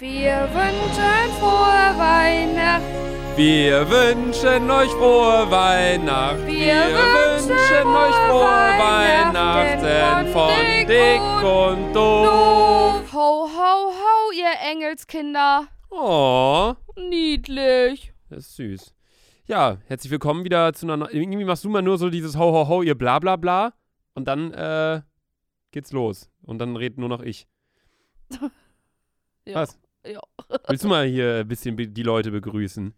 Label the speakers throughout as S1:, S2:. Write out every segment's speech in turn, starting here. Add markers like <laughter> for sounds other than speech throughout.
S1: Wir wünschen frohe Weihnachten.
S2: Wir wünschen euch frohe Weihnachten.
S1: Wir wünschen
S2: euch frohe
S1: Weihnachten
S2: Weihnachten
S1: von
S2: von
S1: Dick
S2: Dick
S1: und
S2: und Doof.
S1: Ho, ho, ho, ihr Engelskinder.
S2: Oh,
S1: Niedlich.
S2: das ist süß. Ja, herzlich willkommen wieder zu einer. neu- Irgendwie machst du mal nur so dieses Ho, ho, ho, ihr bla, bla, bla. Und dann äh, geht's los. Und dann redet nur noch ich.
S1: Ja,
S2: Was?
S1: ja.
S2: Willst du mal hier ein bisschen be- die Leute begrüßen?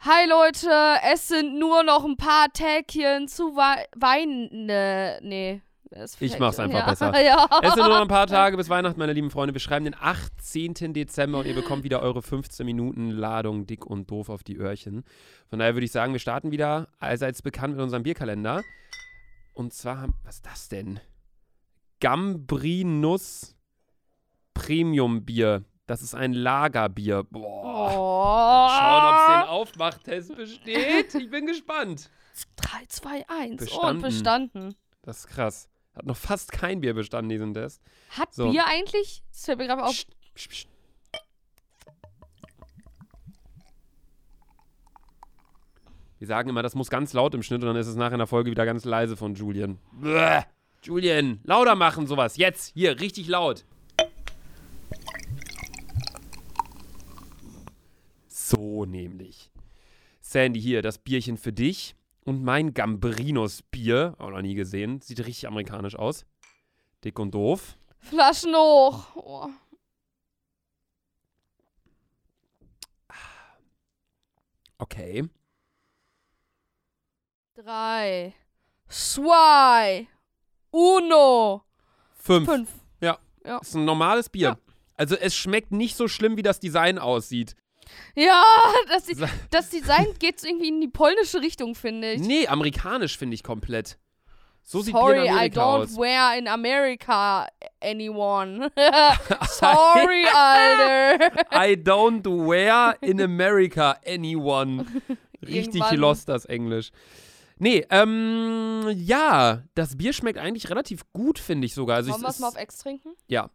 S1: Hi Leute, es sind nur noch ein paar Tägchen zu Wei Wein... Ne, nee. Das ist
S2: Ich
S1: vielleicht-
S2: mach's einfach
S1: ja.
S2: besser.
S1: <laughs> Ja.
S2: Es sind nur noch ein paar Tage bis Weihnachten, meine lieben Freunde. Wir schreiben den 18. Dezember und ihr bekommt wieder eure 15 Minuten Ladung dick und doof auf die Öhrchen. Von daher würde ich sagen, wir starten wieder allseits bekannt mit unserem Bierkalender. Und zwar haben, was ist das denn? Gambrinus Premium Bier. Das ist ein Lagerbier. Boah.
S1: Oh.
S2: Schauen, ob es den Aufmachtest besteht. Ich bin gespannt.
S1: 3, 2, 1 und
S2: Bestanden.
S1: Oh, bestanden.
S2: Das ist krass. Hat noch fast kein Bier bestanden, diesen Test.
S1: Hat
S2: So.
S1: Bier eigentlich? Das fällt mir gerade auf.
S2: Psst, psst, psst. Wir sagen immer, das muss ganz laut im Schnitt und dann ist es nachher in der Folge wieder ganz leise von Julian. Bäh. Julian, lauter machen sowas. Jetzt, hier, richtig laut. So nämlich. Sandy, hier, das Bierchen für dich und mein Gambrinus-Bier. Auch noch nie gesehen. Sieht richtig amerikanisch aus. Dick und doof.
S1: Flaschen hoch. Oh.
S2: Okay.
S1: Drei, zwei, uno,
S2: Fünf.
S1: fünf.
S2: Ist ein normales Bier.
S1: Ja.
S2: Also es schmeckt nicht so schlimm, wie das Design aussieht.
S1: Ja,
S2: <laughs>
S1: das, Di-
S2: Sa-
S1: das Design geht irgendwie in die polnische Richtung, finde ich.
S2: nee, amerikanisch finde ich komplett. So sieht Bier
S1: Sorry,
S2: in
S1: I
S2: Amerika
S1: don't
S2: aus.
S1: wear in America
S2: <laughs>
S1: anyone. <laughs> Sorry, Alter.
S2: I don't
S1: <laughs>
S2: wear in America anyone. Richtig
S1: Irgendwann.
S2: lost das Englisch. Nee, ähm, ja, das Bier schmeckt eigentlich relativ gut, finde ich sogar. Also
S1: Wollen wir
S2: es
S1: es mal
S2: ist,
S1: auf Ex trinken?
S2: ja.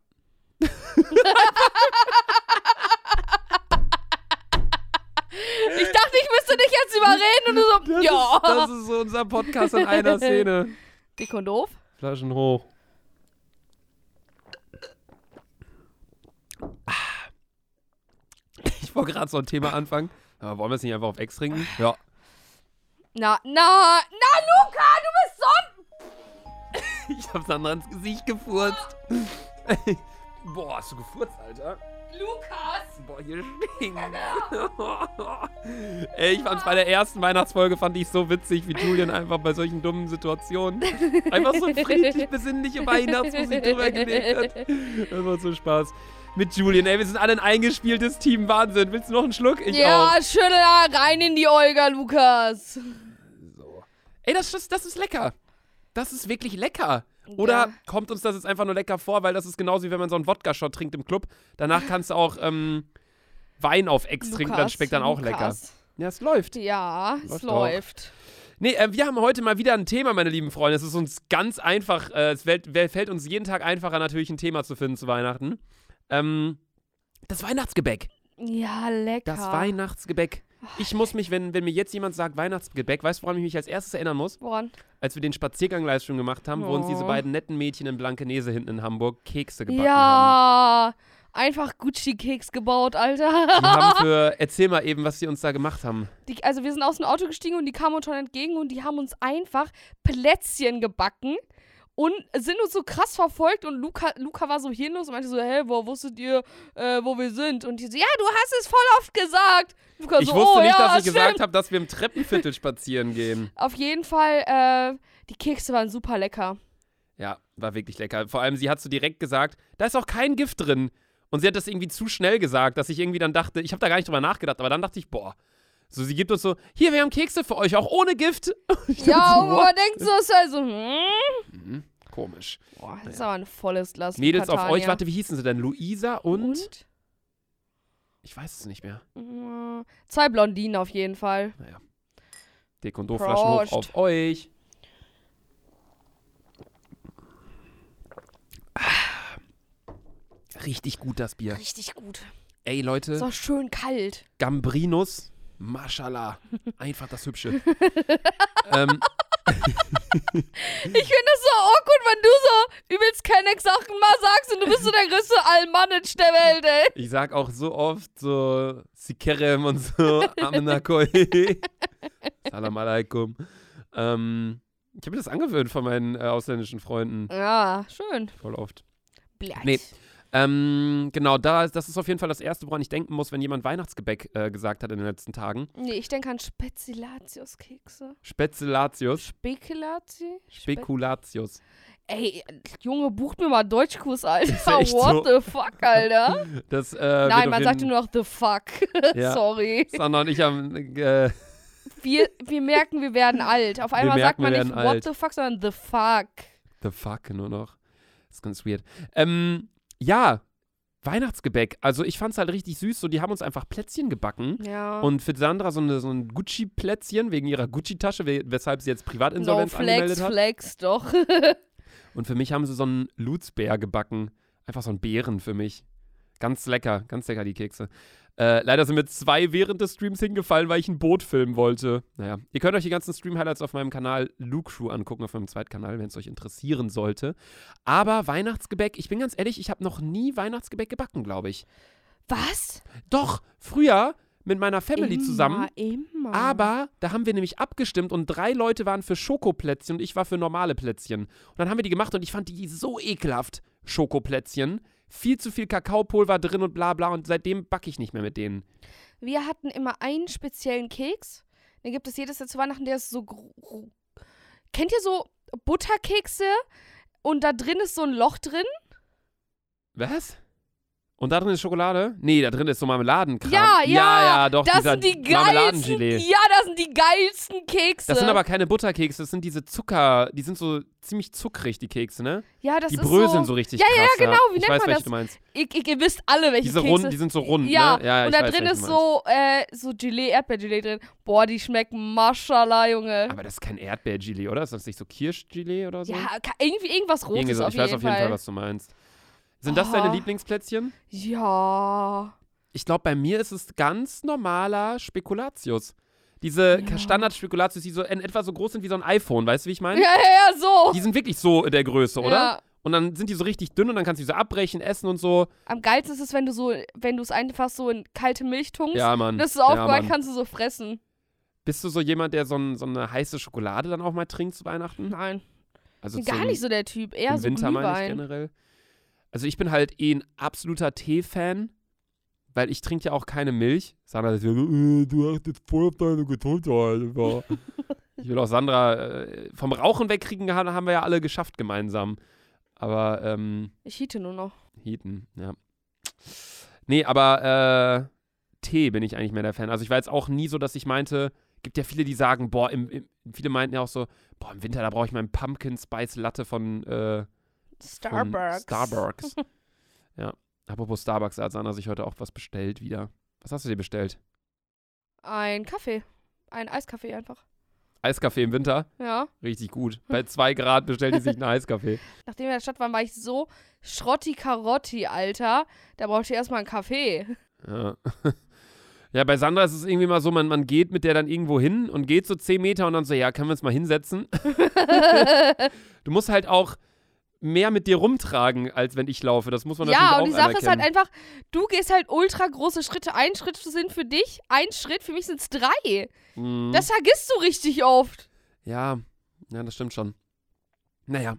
S1: Ich dachte, ich müsste dich jetzt überreden und du so,
S2: <laughs> Das,
S1: ja.
S2: ist, das ist so unser Podcast in
S1: <laughs>
S2: einer Szene.
S1: Dick und doof.
S2: Flaschen hoch. Ah. Ich wollte gerade so ein Thema anfangen. Aber wollen wir es nicht einfach auf Ex trinken? Ja.
S1: Na, na, na, Luca, du bist so...
S2: <laughs> Ich habe Sandra ins Gesicht gefurzt. <laughs> Boah, hast du gefurzt, Alter?
S1: Lukas!
S2: Boah, hier stinkt. <laughs> Ey, ich fand's bei der ersten Weihnachtsfolge fand ich so witzig, wie Julian einfach bei solchen dummen Situationen einfach so friedlich besinnliche Weihnachtsmusik drüber gelegt hat. Das macht so Spaß. Mit Julian, ey, wir sind alle ein eingespieltes Team. Wahnsinn. Willst du noch einen Schluck? Ich
S1: Ja,
S2: auch.
S1: schüttel da rein in die Olga, Lukas.
S2: So. Ey, das, ist- das ist lecker. Das ist wirklich lecker. Oder
S1: Ja.
S2: kommt uns das jetzt einfach nur lecker vor, weil das ist genauso wie wenn man so einen Wodka-Shot trinkt im Club. Danach kannst du auch ähm, Wein auf Ex trinken, dann
S1: Lukas,
S2: schmeckt dann auch lecker.
S1: Lukas.
S2: Ja, es läuft.
S1: Ja, es
S2: Läuft auch.
S1: läuft.
S2: Nee, äh, wir haben heute mal wieder ein Thema, meine lieben Freunde. Es ist uns ganz einfach, äh, es fällt, wel- fällt uns jeden Tag einfacher, natürlich ein Thema zu finden zu Weihnachten. Ähm, das Weihnachtsgebäck.
S1: Ja, lecker.
S2: Das Weihnachtsgebäck. Ich muss mich, wenn, wenn mir jetzt jemand sagt Weihnachtsgebäck, weißt du, woran ich mich als erstes erinnern muss?
S1: Woran?
S2: Als wir den Spaziergang live schon gemacht haben, wo uns diese
S1: Oh.
S2: beiden netten Mädchen in Blankenese hinten in Hamburg Kekse gebacken
S1: Ja,
S2: haben.
S1: einfach Gucci-Keks gebaut, Alter.
S2: Die haben für, erzähl mal eben, was sie uns da gemacht haben.
S1: <laughs> Die, also wir sind aus dem Auto gestiegen und die kamen uns schon entgegen und die haben uns einfach Plätzchen gebacken und sind uns so krass verfolgt und Luca, Luca war so hirnlos und meinte so, hey, wo wusstet ihr, äh, wo wir sind? Und die so, ja, du hast es voll oft gesagt. Luca
S2: Ich
S1: so,
S2: wusste
S1: oh,
S2: nicht,
S1: ja,
S2: dass ich
S1: stimmt.
S2: gesagt habe, dass wir im Treppenviertel spazieren gehen.
S1: Auf jeden Fall, äh, die Kekse waren super lecker.
S2: Ja, war wirklich lecker. Vor allem, sie hat so direkt gesagt, da ist auch kein Gift drin. Und sie hat das irgendwie zu schnell gesagt, dass ich irgendwie dann dachte, ich habe da gar nicht drüber nachgedacht, aber dann dachte ich, boah. So, sie gibt uns so, hier, wir haben Kekse für euch, auch ohne Gift.
S1: <laughs>
S2: Ich
S1: Ja,
S2: dachte
S1: und
S2: so, what?
S1: man denkt so, es ist also, hm,
S2: Komisch.
S1: boah, das ist aber ein volles Glas
S2: Mädels auf
S1: Catania.
S2: euch, warte, wie hießen sie denn? Luisa und?
S1: Und?
S2: Ich weiß es nicht mehr.
S1: Äh, Zwei Blondinen auf jeden Fall.
S2: Dick und doof Flaschen hoch
S1: Prost.
S2: auf euch. Ah. Richtig gut, das Bier.
S1: Richtig gut.
S2: Ey,
S1: Es
S2: Leute,
S1: war schön kalt.
S2: Gambrinus, Maschallah. Einfach das Hübsche.
S1: <laughs>
S2: ähm,
S1: Ich finde das so awkward, wenn du so übelst keine Sachen mal sagst und du bist so der größte Allmannitsch der Welt, ey.
S2: ich sag auch so oft so Sikerem und so
S1: <laughs>
S2: Amenakoi. Salam alaikum. Ähm, ich habe mir das angewöhnt von meinen äh, ausländischen Freunden.
S1: Ja, schön.
S2: Voll oft.
S1: Blech.
S2: Nee. Ähm, genau, da, das ist auf jeden Fall das Erste, woran ich denken muss, wenn jemand Weihnachtsgebäck äh, gesagt hat in den letzten Tagen.
S1: Nee, ich denke an Spekulatius-Kekse.
S2: Spekulatius.
S1: Spekulati? Spek
S2: Spekulatius.
S1: Ey, Junge, bucht mir mal Deutschkurs, Alter.
S2: echt
S1: What
S2: so.
S1: the fuck, Alter?
S2: Das, äh,
S1: Nein, man sagt
S2: sagt
S1: nur noch the fuck. <laughs>
S2: Ja.
S1: Sorry.
S2: Sandra und ich haben, äh,
S1: Wir, wir merken, wir werden alt. Auf einmal sagt
S2: merken,
S1: man
S2: wir
S1: nicht
S2: werden
S1: what
S2: alt.
S1: the fuck, sondern the fuck.
S2: the fuck nur noch. Das ist ganz weird. Ähm, ja, Weihnachtsgebäck. Also ich fand's halt richtig süß. So, die haben uns einfach Plätzchen gebacken.
S1: Ja.
S2: Und für Sandra so, eine, so ein Gucci-Plätzchen wegen ihrer Gucci-Tasche, we- weshalb sie jetzt
S1: no
S2: Privatinsolvenz
S1: flex,
S2: angemeldet hat.
S1: flex, doch.
S2: Und für mich haben sie so einen Lutzbär gebacken. Einfach so einen Bären für mich. Ganz lecker, ganz lecker die Kekse. Äh, leider sind mir zwei während des Streams hingefallen, weil ich ein Boot filmen wollte. Naja, ihr könnt euch die ganzen Stream-Highlights auf meinem Kanal Luke Crew angucken, auf meinem Zweitkanal, wenn es euch interessieren sollte. Aber Weihnachtsgebäck, ich bin ganz ehrlich, ich habe noch nie Weihnachtsgebäck gebacken, glaube ich.
S1: Was?
S2: Doch, früher mit meiner Family
S1: immer,
S2: zusammen.
S1: Immer.
S2: Aber da haben wir nämlich abgestimmt und drei Leute waren für Schokoplätzchen und ich war für normale Plätzchen. Und dann haben wir die gemacht und ich fand die so ekelhaft, Schokoplätzchen. Viel zu viel Kakaopulver drin und bla bla und seitdem backe ich nicht mehr mit denen.
S1: Wir hatten immer einen speziellen Keks. Den gibt es jedes Jahr zu Weihnachten, der ist so. gro- gro- Kennt ihr so Butterkekse? Und da drin ist so ein Loch drin?
S2: Was? Und da drin ist Schokolade? Nee, da drin ist so Marmeladenkram.
S1: Ja, ja,
S2: ja, ja doch,
S1: das
S2: dieser
S1: sind die geilsten.
S2: Marmeladengelee.
S1: Ja, das sind die geilsten Kekse.
S2: Das sind aber keine Butterkekse, das sind diese Zucker, die sind so ziemlich zuckrig, die Kekse, ne?
S1: ja, das
S2: die
S1: ist
S2: bröseln so,
S1: so.
S2: richtig
S1: Ja,
S2: krass.
S1: ja, ja, genau, wie
S2: ich
S1: nennt
S2: weiß,
S1: man
S2: welche
S1: das?
S2: du meinst.
S1: Ich, ich, ihr wisst alle, welche
S2: Diese
S1: Kekse.
S2: runden, die sind so rund,
S1: ja,
S2: ne? Ja, ja,
S1: und
S2: ich
S1: da
S2: weiß,
S1: drin
S2: welche
S1: ist
S2: du meinst.
S1: so, äh, so Gelee, Erdbeergelee drin. Boah, die schmecken maschallah, Junge.
S2: Aber das ist kein Erdbeergelee, oder? Ist das nicht so Kirschgelee oder so?
S1: Äh, ja, ka- irgendwie irgendwas Rotes
S2: Irgendwie so.
S1: auf,
S2: ich
S1: jeden
S2: weiß auf jeden Fall, was du meinst. Sind das
S1: Oh.
S2: deine Lieblingsplätzchen?
S1: Ja.
S2: Ich glaube, bei mir ist es ganz normaler Spekulatius. Diese
S1: Ja.
S2: Standard-Spekulatius, die so in etwa so groß sind wie so ein iPhone, weißt du, wie ich
S1: Ja,
S2: meine?
S1: ja, ja, so.
S2: Die sind wirklich so in der Größe, oder?
S1: Ja.
S2: Und dann sind die so richtig dünn und dann kannst du die so abbrechen, essen und so.
S1: Am geilsten ist es, wenn du so, wenn du es einfach so in kalte Milch tunkst.
S2: Ja, Mann.
S1: Und das ist
S2: ja,
S1: aufgeräumt,
S2: Mann.
S1: kannst du so fressen.
S2: Bist du so jemand, der so, ein, so eine heiße Schokolade dann auch mal trinkt zu Weihnachten?
S1: Nein.
S2: Also
S1: Gar
S2: zum-
S1: nicht so der Typ. Eher
S2: Im
S1: so
S2: Winter meine ich
S1: Glühwein.
S2: generell. Also ich bin halt eh ein absoluter Tee-Fan, weil ich trinke ja auch keine Milch. Sandra sagt, äh, du achtest voll auf deine
S1: <laughs>
S2: Gesundheit. wa?" ich will auch Sandra äh, vom Rauchen wegkriegen, ha- haben wir ja alle geschafft gemeinsam. Aber ähm,
S1: Ich hiete nur noch.
S2: Heaton, ja. Nee, aber äh, Tee bin ich eigentlich mehr der Fan. Also ich war jetzt auch nie so, dass ich meinte, gibt ja viele, die sagen, boah, im, im, viele meinten ja auch so, boah, im Winter, da brauche ich meinen Pumpkin Spice Latte von äh, von
S1: Starbucks. <laughs>
S2: Starbucks. ja. Apropos Starbucks, da hat Sandra sich heute auch was bestellt wieder. Was hast du dir bestellt?
S1: Ein Kaffee. Ein Eiskaffee einfach.
S2: Eiskaffee im Winter?
S1: Ja.
S2: Richtig gut. Bei zwei Grad bestellt die sich
S1: <laughs>
S2: einen Eiskaffee.
S1: Nachdem wir in der Stadt waren, war ich so schrotti-karotti, Alter. Da brauchte ich erstmal einen
S2: <laughs>
S1: Kaffee.
S2: Ja. ja, bei Sandra ist es irgendwie mal so, man, man geht mit der dann irgendwo hin und geht so 10 Meter und dann so, ja, können wir uns mal hinsetzen? du musst halt auch mehr mit dir rumtragen, als wenn ich laufe. Das muss man
S1: ja, und die
S2: natürlich auch
S1: Sache ist halt
S2: anerkennen.
S1: einfach, du gehst halt ultra große Schritte. Ein Schritt sind für dich, ein Schritt, für mich sind es drei.
S2: Mhm.
S1: Das vergisst du richtig oft.
S2: Ja, ja, das stimmt schon. Naja,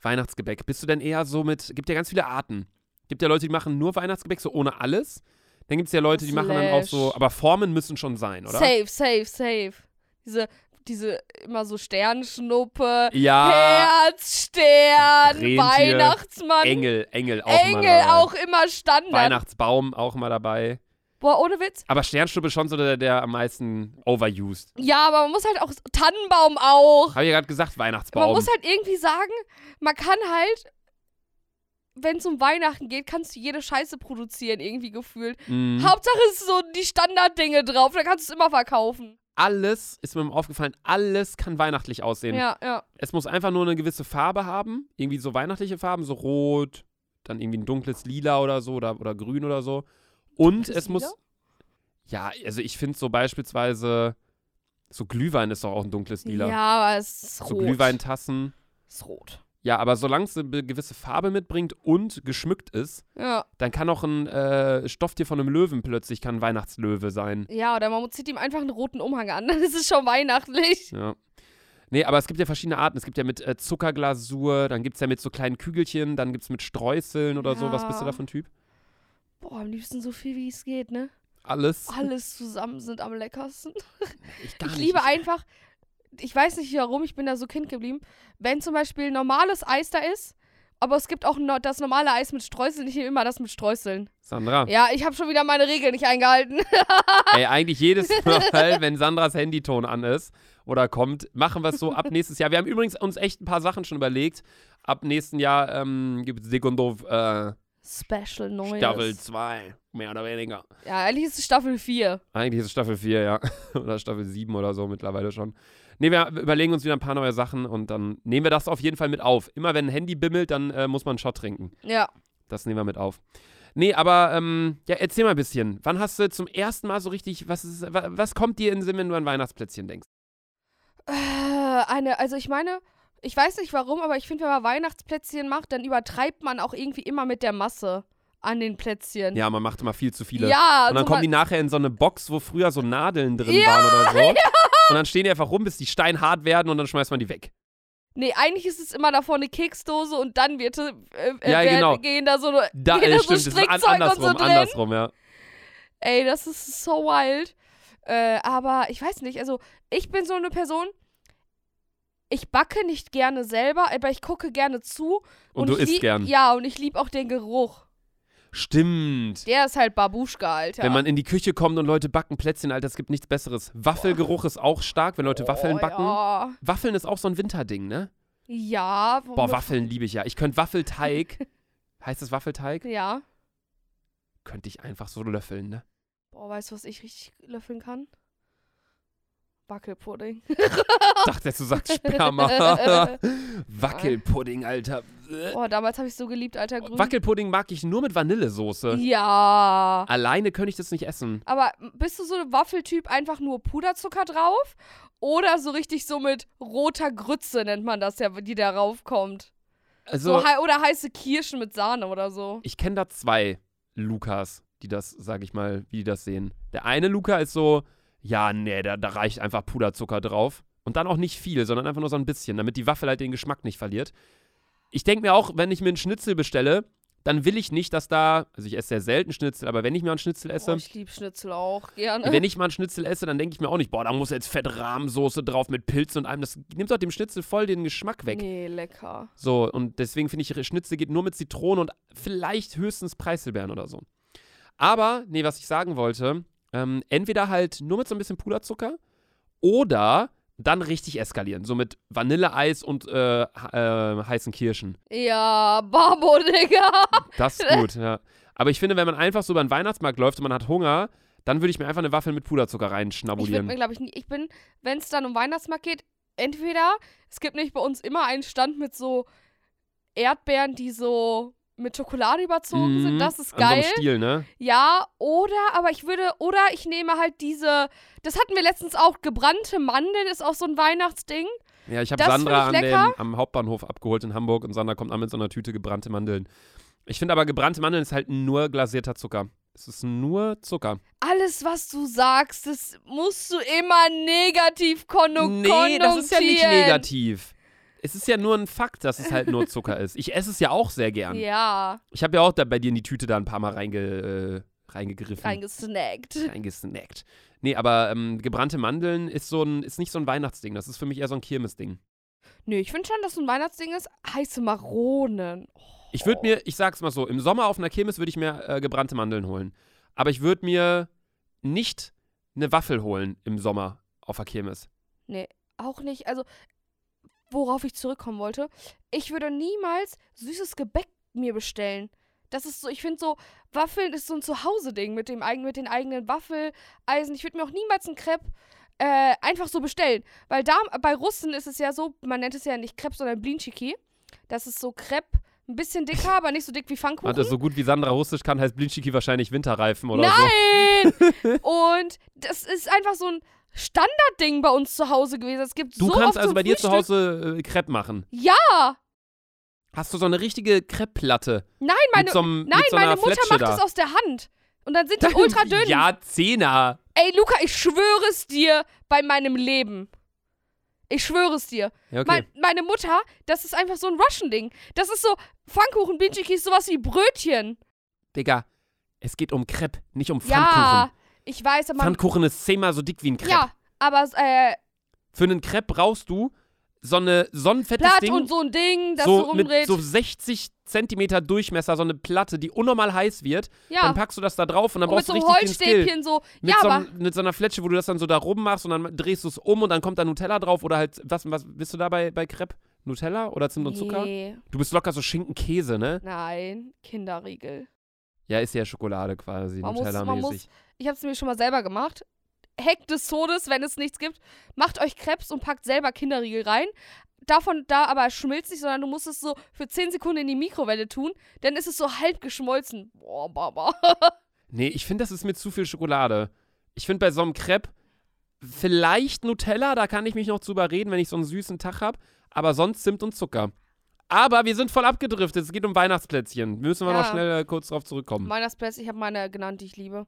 S2: Weihnachtsgebäck. Bist du denn eher so mit, gibt ja ganz viele Arten. Gibt ja Leute, die machen nur Weihnachtsgebäck, so ohne alles. Dann gibt es ja Leute, die machen dann auch so,
S1: Slash.
S2: aber Formen müssen schon sein, oder?
S1: Safe, safe, safe. Diese, diese immer so Sternschnuppe,
S2: Ja,
S1: Herzstern,
S2: Rentier,
S1: Weihnachtsmann,
S2: Engel, Engel auch mal
S1: Engel
S2: dabei.
S1: auch immer Standard.
S2: Weihnachtsbaum auch mal dabei.
S1: Boah, ohne Witz.
S2: Aber Sternschnuppe schon so der, der am meisten overused.
S1: Ja, aber man muss halt auch Tannenbaum auch.
S2: Habe ich ja gerade gesagt, Weihnachtsbaum.
S1: Man muss halt irgendwie sagen, man kann halt, wenn es um Weihnachten geht, kannst du jede Scheiße produzieren, irgendwie gefühlt.
S2: Mhm.
S1: Hauptsache es ist so die Standarddinge drauf, dann kannst du es immer verkaufen.
S2: Alles, ist mir aufgefallen, alles kann weihnachtlich aussehen.
S1: Ja, ja.
S2: Es muss einfach nur eine gewisse Farbe haben. Irgendwie so weihnachtliche Farben, so rot, dann irgendwie ein dunkles Lila oder so oder, oder grün oder so. Und
S1: Gibt
S2: es muss.
S1: Lieder?
S2: Ja, also ich finde so beispielsweise. So Glühwein ist doch auch ein dunkles Lila.
S1: Ja, aber es ist rot.
S2: so Glühweintassen.
S1: Ist rot.
S2: Ja, aber solange es eine gewisse Farbe mitbringt und geschmückt ist,
S1: Ja.
S2: dann kann auch ein äh, Stofftier von einem Löwen plötzlich kann ein Weihnachtslöwe sein.
S1: ja, oder man zieht ihm einfach einen roten Umhang an, <laughs> dann ist es schon weihnachtlich.
S2: Ja. Nee, aber es gibt ja verschiedene Arten. Es gibt ja mit äh, Zuckerglasur, dann gibt es ja mit so kleinen Kügelchen, dann gibt es mit Streuseln oder so. Was bist du
S1: Ja.
S2: da für ein Typ?
S1: Boah, am liebsten so viel, wie es geht, ne?
S2: Alles.
S1: Alles zusammen sind am leckersten.
S2: ich gar
S1: ich
S2: nicht.
S1: liebe einfach, ich weiß nicht warum, ich bin da so Kind geblieben, wenn zum Beispiel normales Eis da ist, aber es gibt auch no das normale Eis mit Streuseln. Ich nehme immer das mit Streuseln.
S2: Sandra,
S1: Ja, ich habe schon wieder meine Regeln nicht eingehalten. <laughs>
S2: ey, eigentlich jedes Mal, wenn Sandras Handyton an ist oder kommt, machen wir es so ab nächstes Jahr. Wir haben übrigens uns echt ein paar Sachen schon überlegt. Ab nächsten Jahr ähm, gibt es Sekundow äh,
S1: Special Neues.
S2: Staffel 2, mehr oder weniger.
S1: Ja, eigentlich ist es Staffel 4.
S2: Eigentlich ist es Staffel 4, ja. <laughs> oder Staffel 7 oder so mittlerweile schon. Nee, wir überlegen uns wieder ein paar neue Sachen und dann nehmen wir das auf jeden Fall mit auf. Immer wenn ein Handy bimmelt, dann äh, muss man einen Shot trinken.
S1: Ja.
S2: Das nehmen wir mit auf. Nee, aber ähm, ja, erzähl mal ein bisschen. Wann hast du zum ersten Mal so richtig, was, ist, wa- was kommt dir in den Sinn, wenn du an Weihnachtsplätzchen denkst?
S1: Äh, eine, also ich meine, ich weiß nicht warum, aber ich finde, wenn man Weihnachtsplätzchen macht, dann übertreibt man auch irgendwie immer mit der Masse an den Plätzchen.
S2: Ja, man macht immer viel zu viele.
S1: Ja,
S2: und dann
S1: so
S2: kommen die
S1: man-
S2: nachher in so eine Box, wo früher so Nadeln drin
S1: <laughs> Ja,
S2: waren oder so. Und dann stehen die einfach rum, bis die steinhart werden und dann schmeißt man die weg.
S1: Nee, eigentlich ist es immer da vorne eine Keksdose und dann wird äh, äh,
S2: Ja,
S1: werden-
S2: genau.
S1: gehen da so,
S2: Da
S1: gehen
S2: äh,
S1: da
S2: stimmt,
S1: so
S2: das ist an,
S1: Strickzeug und so
S2: andersrum,
S1: drin.
S2: andersrum, ja.
S1: Ey, das ist so wild. Äh, aber ich weiß nicht, also ich bin so eine Person, ich backe nicht gerne selber, aber ich gucke gerne zu.
S2: Und, du
S1: ich
S2: isst
S1: lieb-
S2: gern.
S1: Ja, und ich liebe auch den Geruch.
S2: Stimmt.
S1: Der ist halt Babuschka, Alter.
S2: Wenn man in die Küche kommt und Leute backen Plätzchen, Alter, es gibt nichts Besseres. Waffelgeruch ist auch stark, wenn Leute Waffeln
S1: oh,
S2: backen.
S1: Ja,
S2: Waffeln ist auch so ein Winterding, ne?
S1: ja
S2: Boah,
S1: womit- <laughs>
S2: Waffeln liebe ich ja. Ich könnte Waffelteig, heißt es Waffelteig?
S1: Ja.
S2: Könnte ich einfach so löffeln, ne?
S1: Boah, weißt du, was ich richtig löffeln kann? Wackelpudding. Oh.
S2: Ich dachte, jetzt, du sagst
S1: <laughs>
S2: Sperma. Wackelpudding, Alter.
S1: Boah, Oh, damals habe ich so geliebt, Alter. Grün.
S2: Wackelpudding mag ich nur mit Vanillesoße.
S1: Ja.
S2: Alleine könnte ich das nicht essen.
S1: Aber bist du so ein Waffeltyp, einfach nur Puderzucker drauf? Oder so richtig so mit roter Grütze nennt man das ja, die da raufkommt.
S2: Also,
S1: So. hei- oder heiße Kirschen mit Sahne oder so.
S2: ich kenne da zwei Lukas, die das, sag ich mal, wie die das sehen. Der eine Luca ist so, ja, nee, da, da reicht einfach Puderzucker drauf. Und dann auch nicht viel, sondern einfach nur so ein bisschen, damit die Waffel halt den Geschmack nicht verliert. Ich denke mir auch, wenn ich mir einen Schnitzel bestelle, dann will ich nicht, dass da, also ich esse sehr selten Schnitzel, aber wenn ich mir einen Schnitzel esse,
S1: Boah, Oh, ich liebe Schnitzel auch gerne.
S2: <laughs> wenn ich mal einen Schnitzel esse, dann denke ich mir auch nicht, boah, da muss jetzt fett Rahmsoße drauf mit Pilzen und allem. Das nimmt doch dem Schnitzel voll den Geschmack weg.
S1: Nee, lecker.
S2: So, und deswegen finde ich, Schnitzel geht nur mit Zitronen und vielleicht höchstens Preiselbeeren oder so. Aber, nee, was ich sagen wollte, ähm, entweder halt nur mit so ein bisschen Puderzucker oder dann richtig eskalieren. So mit Vanilleeis und äh, ha- äh, heißen Kirschen.
S1: Ja, Babo, <laughs> Digga.
S2: Das ist
S1: <laughs>
S2: gut, ja. Aber ich finde, wenn man einfach so über den Weihnachtsmarkt läuft und man hat Hunger, dann würde ich mir einfach eine Waffel mit Puderzucker
S1: Ich würde mir,
S2: reinschnabulieren.
S1: glaube ich, nie, ich bin, wenn es dann um Weihnachtsmarkt geht, entweder, es gibt nämlich bei uns immer einen Stand mit so Erdbeeren, die so mit Schokolade überzogen sind.
S2: Mhm.
S1: Das ist
S2: An
S1: geil.
S2: so einem Stiel, ne?
S1: Ja, oder, aber ich würde, oder ich nehme halt diese, das hatten wir letztens auch, gebrannte Mandeln ist auch so ein Weihnachtsding.
S2: Ja, ich habe
S1: Das
S2: Sandra an
S1: find ich
S2: den,
S1: lecker.
S2: am Hauptbahnhof abgeholt in Hamburg und Sandra kommt an mit so einer Tüte gebrannte Mandeln. Ich finde aber, gebrannte Mandeln ist halt nur glasierter Zucker. Es ist nur Zucker.
S1: Alles, was du sagst, das musst du immer negativ konno
S2: nee, das ist ja nicht
S1: konnotieren.
S2: negativ. Es ist ja nur ein Fakt, dass es halt
S1: <laughs>
S2: nur Zucker ist. Ich esse es ja auch sehr gern.
S1: Ja,
S2: Ich habe ja auch da bei dir in die Tüte da ein paar Mal reinge, äh, reingegriffen.
S1: reingesnackt.
S2: reingesnackt. Nee, aber ähm, gebrannte Mandeln ist, so ein, ist nicht so ein Weihnachtsding. Das ist für mich eher so ein Kirmesding.
S1: Nö, ich finde schon, dass so ein Weihnachtsding ist. Heiße Maronen. Oh.
S2: Ich würde mir, ich sag's mal so, im Sommer auf einer Kirmes würde ich mir äh, gebrannte Mandeln holen. Aber ich würde mir nicht eine Waffel holen im Sommer auf der Kirmes.
S1: auch nicht, also worauf ich zurückkommen wollte, ich würde niemals süßes Gebäck mir bestellen. Das ist so, ich finde so, Waffeln ist so ein Zuhause-Ding mit, dem eigen- mit den eigenen Waffeleisen. Ich würde mir auch niemals ein Crepe äh, einfach so bestellen. Weil da, bei Russen ist es ja so, man nennt es ja nicht Crepe, sondern Blinchiki. Das ist so Crepe Ein bisschen dicker, aber nicht so dick wie Pfannkuchen.
S2: Warte, so gut wie Sandra Rustisch kann, heißt Blinchiki wahrscheinlich Winterreifen oder so.
S1: Nein!
S2: <laughs>
S1: Und das ist einfach so ein Standardding bei uns zu Hause gewesen. Es gibt
S2: Du
S1: so
S2: kannst
S1: oft
S2: also
S1: zum
S2: bei dir zu
S1: Frühstück-
S2: Hause äh, Crepe machen.
S1: Ja!
S2: Hast du so eine richtige Crepe-Platte?
S1: Nein,
S2: mit
S1: meine,
S2: so einem,
S1: nein,
S2: mit so einer
S1: meine Mutter
S2: Fletsche
S1: macht
S2: da.
S1: es aus der Hand. Und dann sind
S2: <laughs>
S1: die ultra dünn.
S2: Ja, Zehner.
S1: Ey, Luca, ich schwöre es dir bei meinem Leben. Ich schwöre es dir.
S2: Ja, okay.
S1: Mein, meine Mutter, das ist einfach so ein Russian-Ding. Das ist so, Pfannkuchen, Binchiki ist sowas wie Brötchen.
S2: Digga, es geht um Crepe, nicht um Pfannkuchen.
S1: Ja, ich weiß, aber...
S2: Pfannkuchen ist zehnmal so dick wie ein Crepe.
S1: ja, aber äh,
S2: Für einen Crepe brauchst du so, eine, so ein fettes
S1: Platt
S2: Ding,
S1: und so ein Ding, das so
S2: so mit
S1: rumdreht.
S2: so 60 Zentimeter Durchmesser, so eine Platte, die unnormal heiß wird.
S1: ja,
S2: Dann packst du das da drauf und dann
S1: und mit
S2: brauchst
S1: so
S2: du
S1: einem
S2: richtig den Skill.
S1: Holzstäbchen so.
S2: Mit,
S1: ja,
S2: so
S1: aber...
S2: einem, mit so einer Fletsche, wo du das dann so da rummachst und dann drehst du es um und dann kommt da Nutella drauf oder halt, was, was bist du da bei, bei Crepe? Nutella oder Zimt und Zucker?
S1: Nee,
S2: Du bist locker so Schinkenkäse, ne?
S1: nein, Kinderriegel.
S2: Ja, ist ja Schokolade quasi,
S1: Man muss- man
S2: Nutella-mäßig.
S1: Ich hab's mir schon mal selber gemacht. Hack des Todes, wenn es nichts gibt. Macht euch Krebs und packt selber Kinderriegel rein. Davon da aber schmilzt nicht, sondern du musst es so für 10 Sekunden in die Mikrowelle tun. Dann ist es so halb geschmolzen. Boah, Baba.
S2: Nee, ich finde, das ist mir zu viel Schokolade. Ich finde bei so einem Crepe vielleicht Nutella, da kann ich mich noch zu überreden, wenn ich so einen süßen Tag habe, aber sonst Zimt und Zucker. Aber wir sind voll abgedriftet, es geht um Weihnachtsplätzchen. Müssen wir
S1: Ja.
S2: noch schnell äh, kurz
S1: <laughs>
S2: drauf zurückkommen.
S1: Weihnachtsplätzchen, ich habe meine genannt, die ich liebe.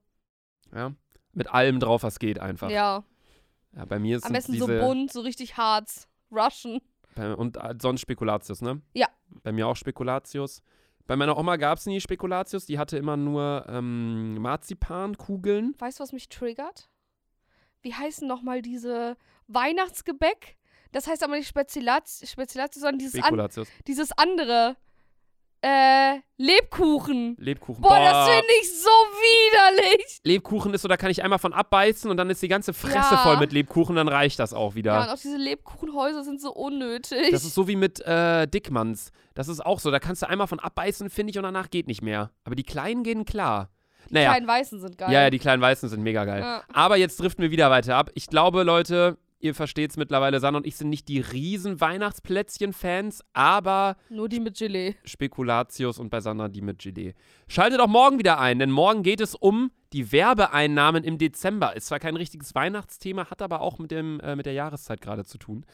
S2: Ja? Mit allem drauf, was geht einfach. Ja.
S1: Ja.
S2: bei mir ist
S1: Am besten
S2: diese,
S1: so bunt, so richtig harz. Russian.
S2: Bei, und äh, sonst Spekulatius, ne?
S1: Ja.
S2: Bei mir auch Spekulatius. Bei meiner Oma gab es nie Spekulatius, die hatte immer nur ähm, Marzipankugeln.
S1: Weißt du, was mich triggert? Wie heißen nochmal diese Weihnachtsgebäck? Das heißt aber nicht Spezilatio, Spezilatio sondern dieses, an,
S2: Spekulatius.
S1: dieses andere. Äh, Lebkuchen.
S2: Lebkuchen.
S1: Boah, das finde ich so widerlich.
S2: Lebkuchen ist so, da kann ich einmal von abbeißen und dann ist die ganze Fresse
S1: Ja.
S2: voll mit Lebkuchen, dann reicht das auch wieder.
S1: Ja, und auch diese Lebkuchenhäuser sind so unnötig.
S2: das ist so wie mit äh, Dickmanns. Das ist auch so, da kannst du einmal von abbeißen, finde ich, und danach geht nicht mehr. Aber die Kleinen gehen klar.
S1: die
S2: naja,
S1: kleinen Weißen sind geil.
S2: ja, ja, die kleinen Weißen sind mega geil.
S1: Ja.
S2: Aber jetzt driften wir wieder weiter ab. Ich glaube, Leute, ihr versteht es mittlerweile, San und ich sind nicht die riesen Weihnachtsplätzchen-Fans, aber
S1: Nur die mit Gelee.
S2: Spekulatius und bei Sandra die mit Gilet. Schaltet auch morgen wieder ein, denn morgen geht es um die Werbeeinnahmen im Dezember. Ist zwar kein richtiges Weihnachtsthema, hat aber auch mit, dem, äh, mit der Jahreszeit gerade zu tun.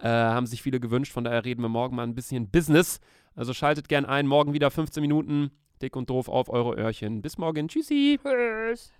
S2: Äh, haben sich viele gewünscht, von daher reden wir morgen mal ein bisschen Business. Also schaltet gern ein, morgen wieder 15 Minuten. Dick und doof auf eure Öhrchen. Bis morgen. Tschüssi.
S1: Tschüss.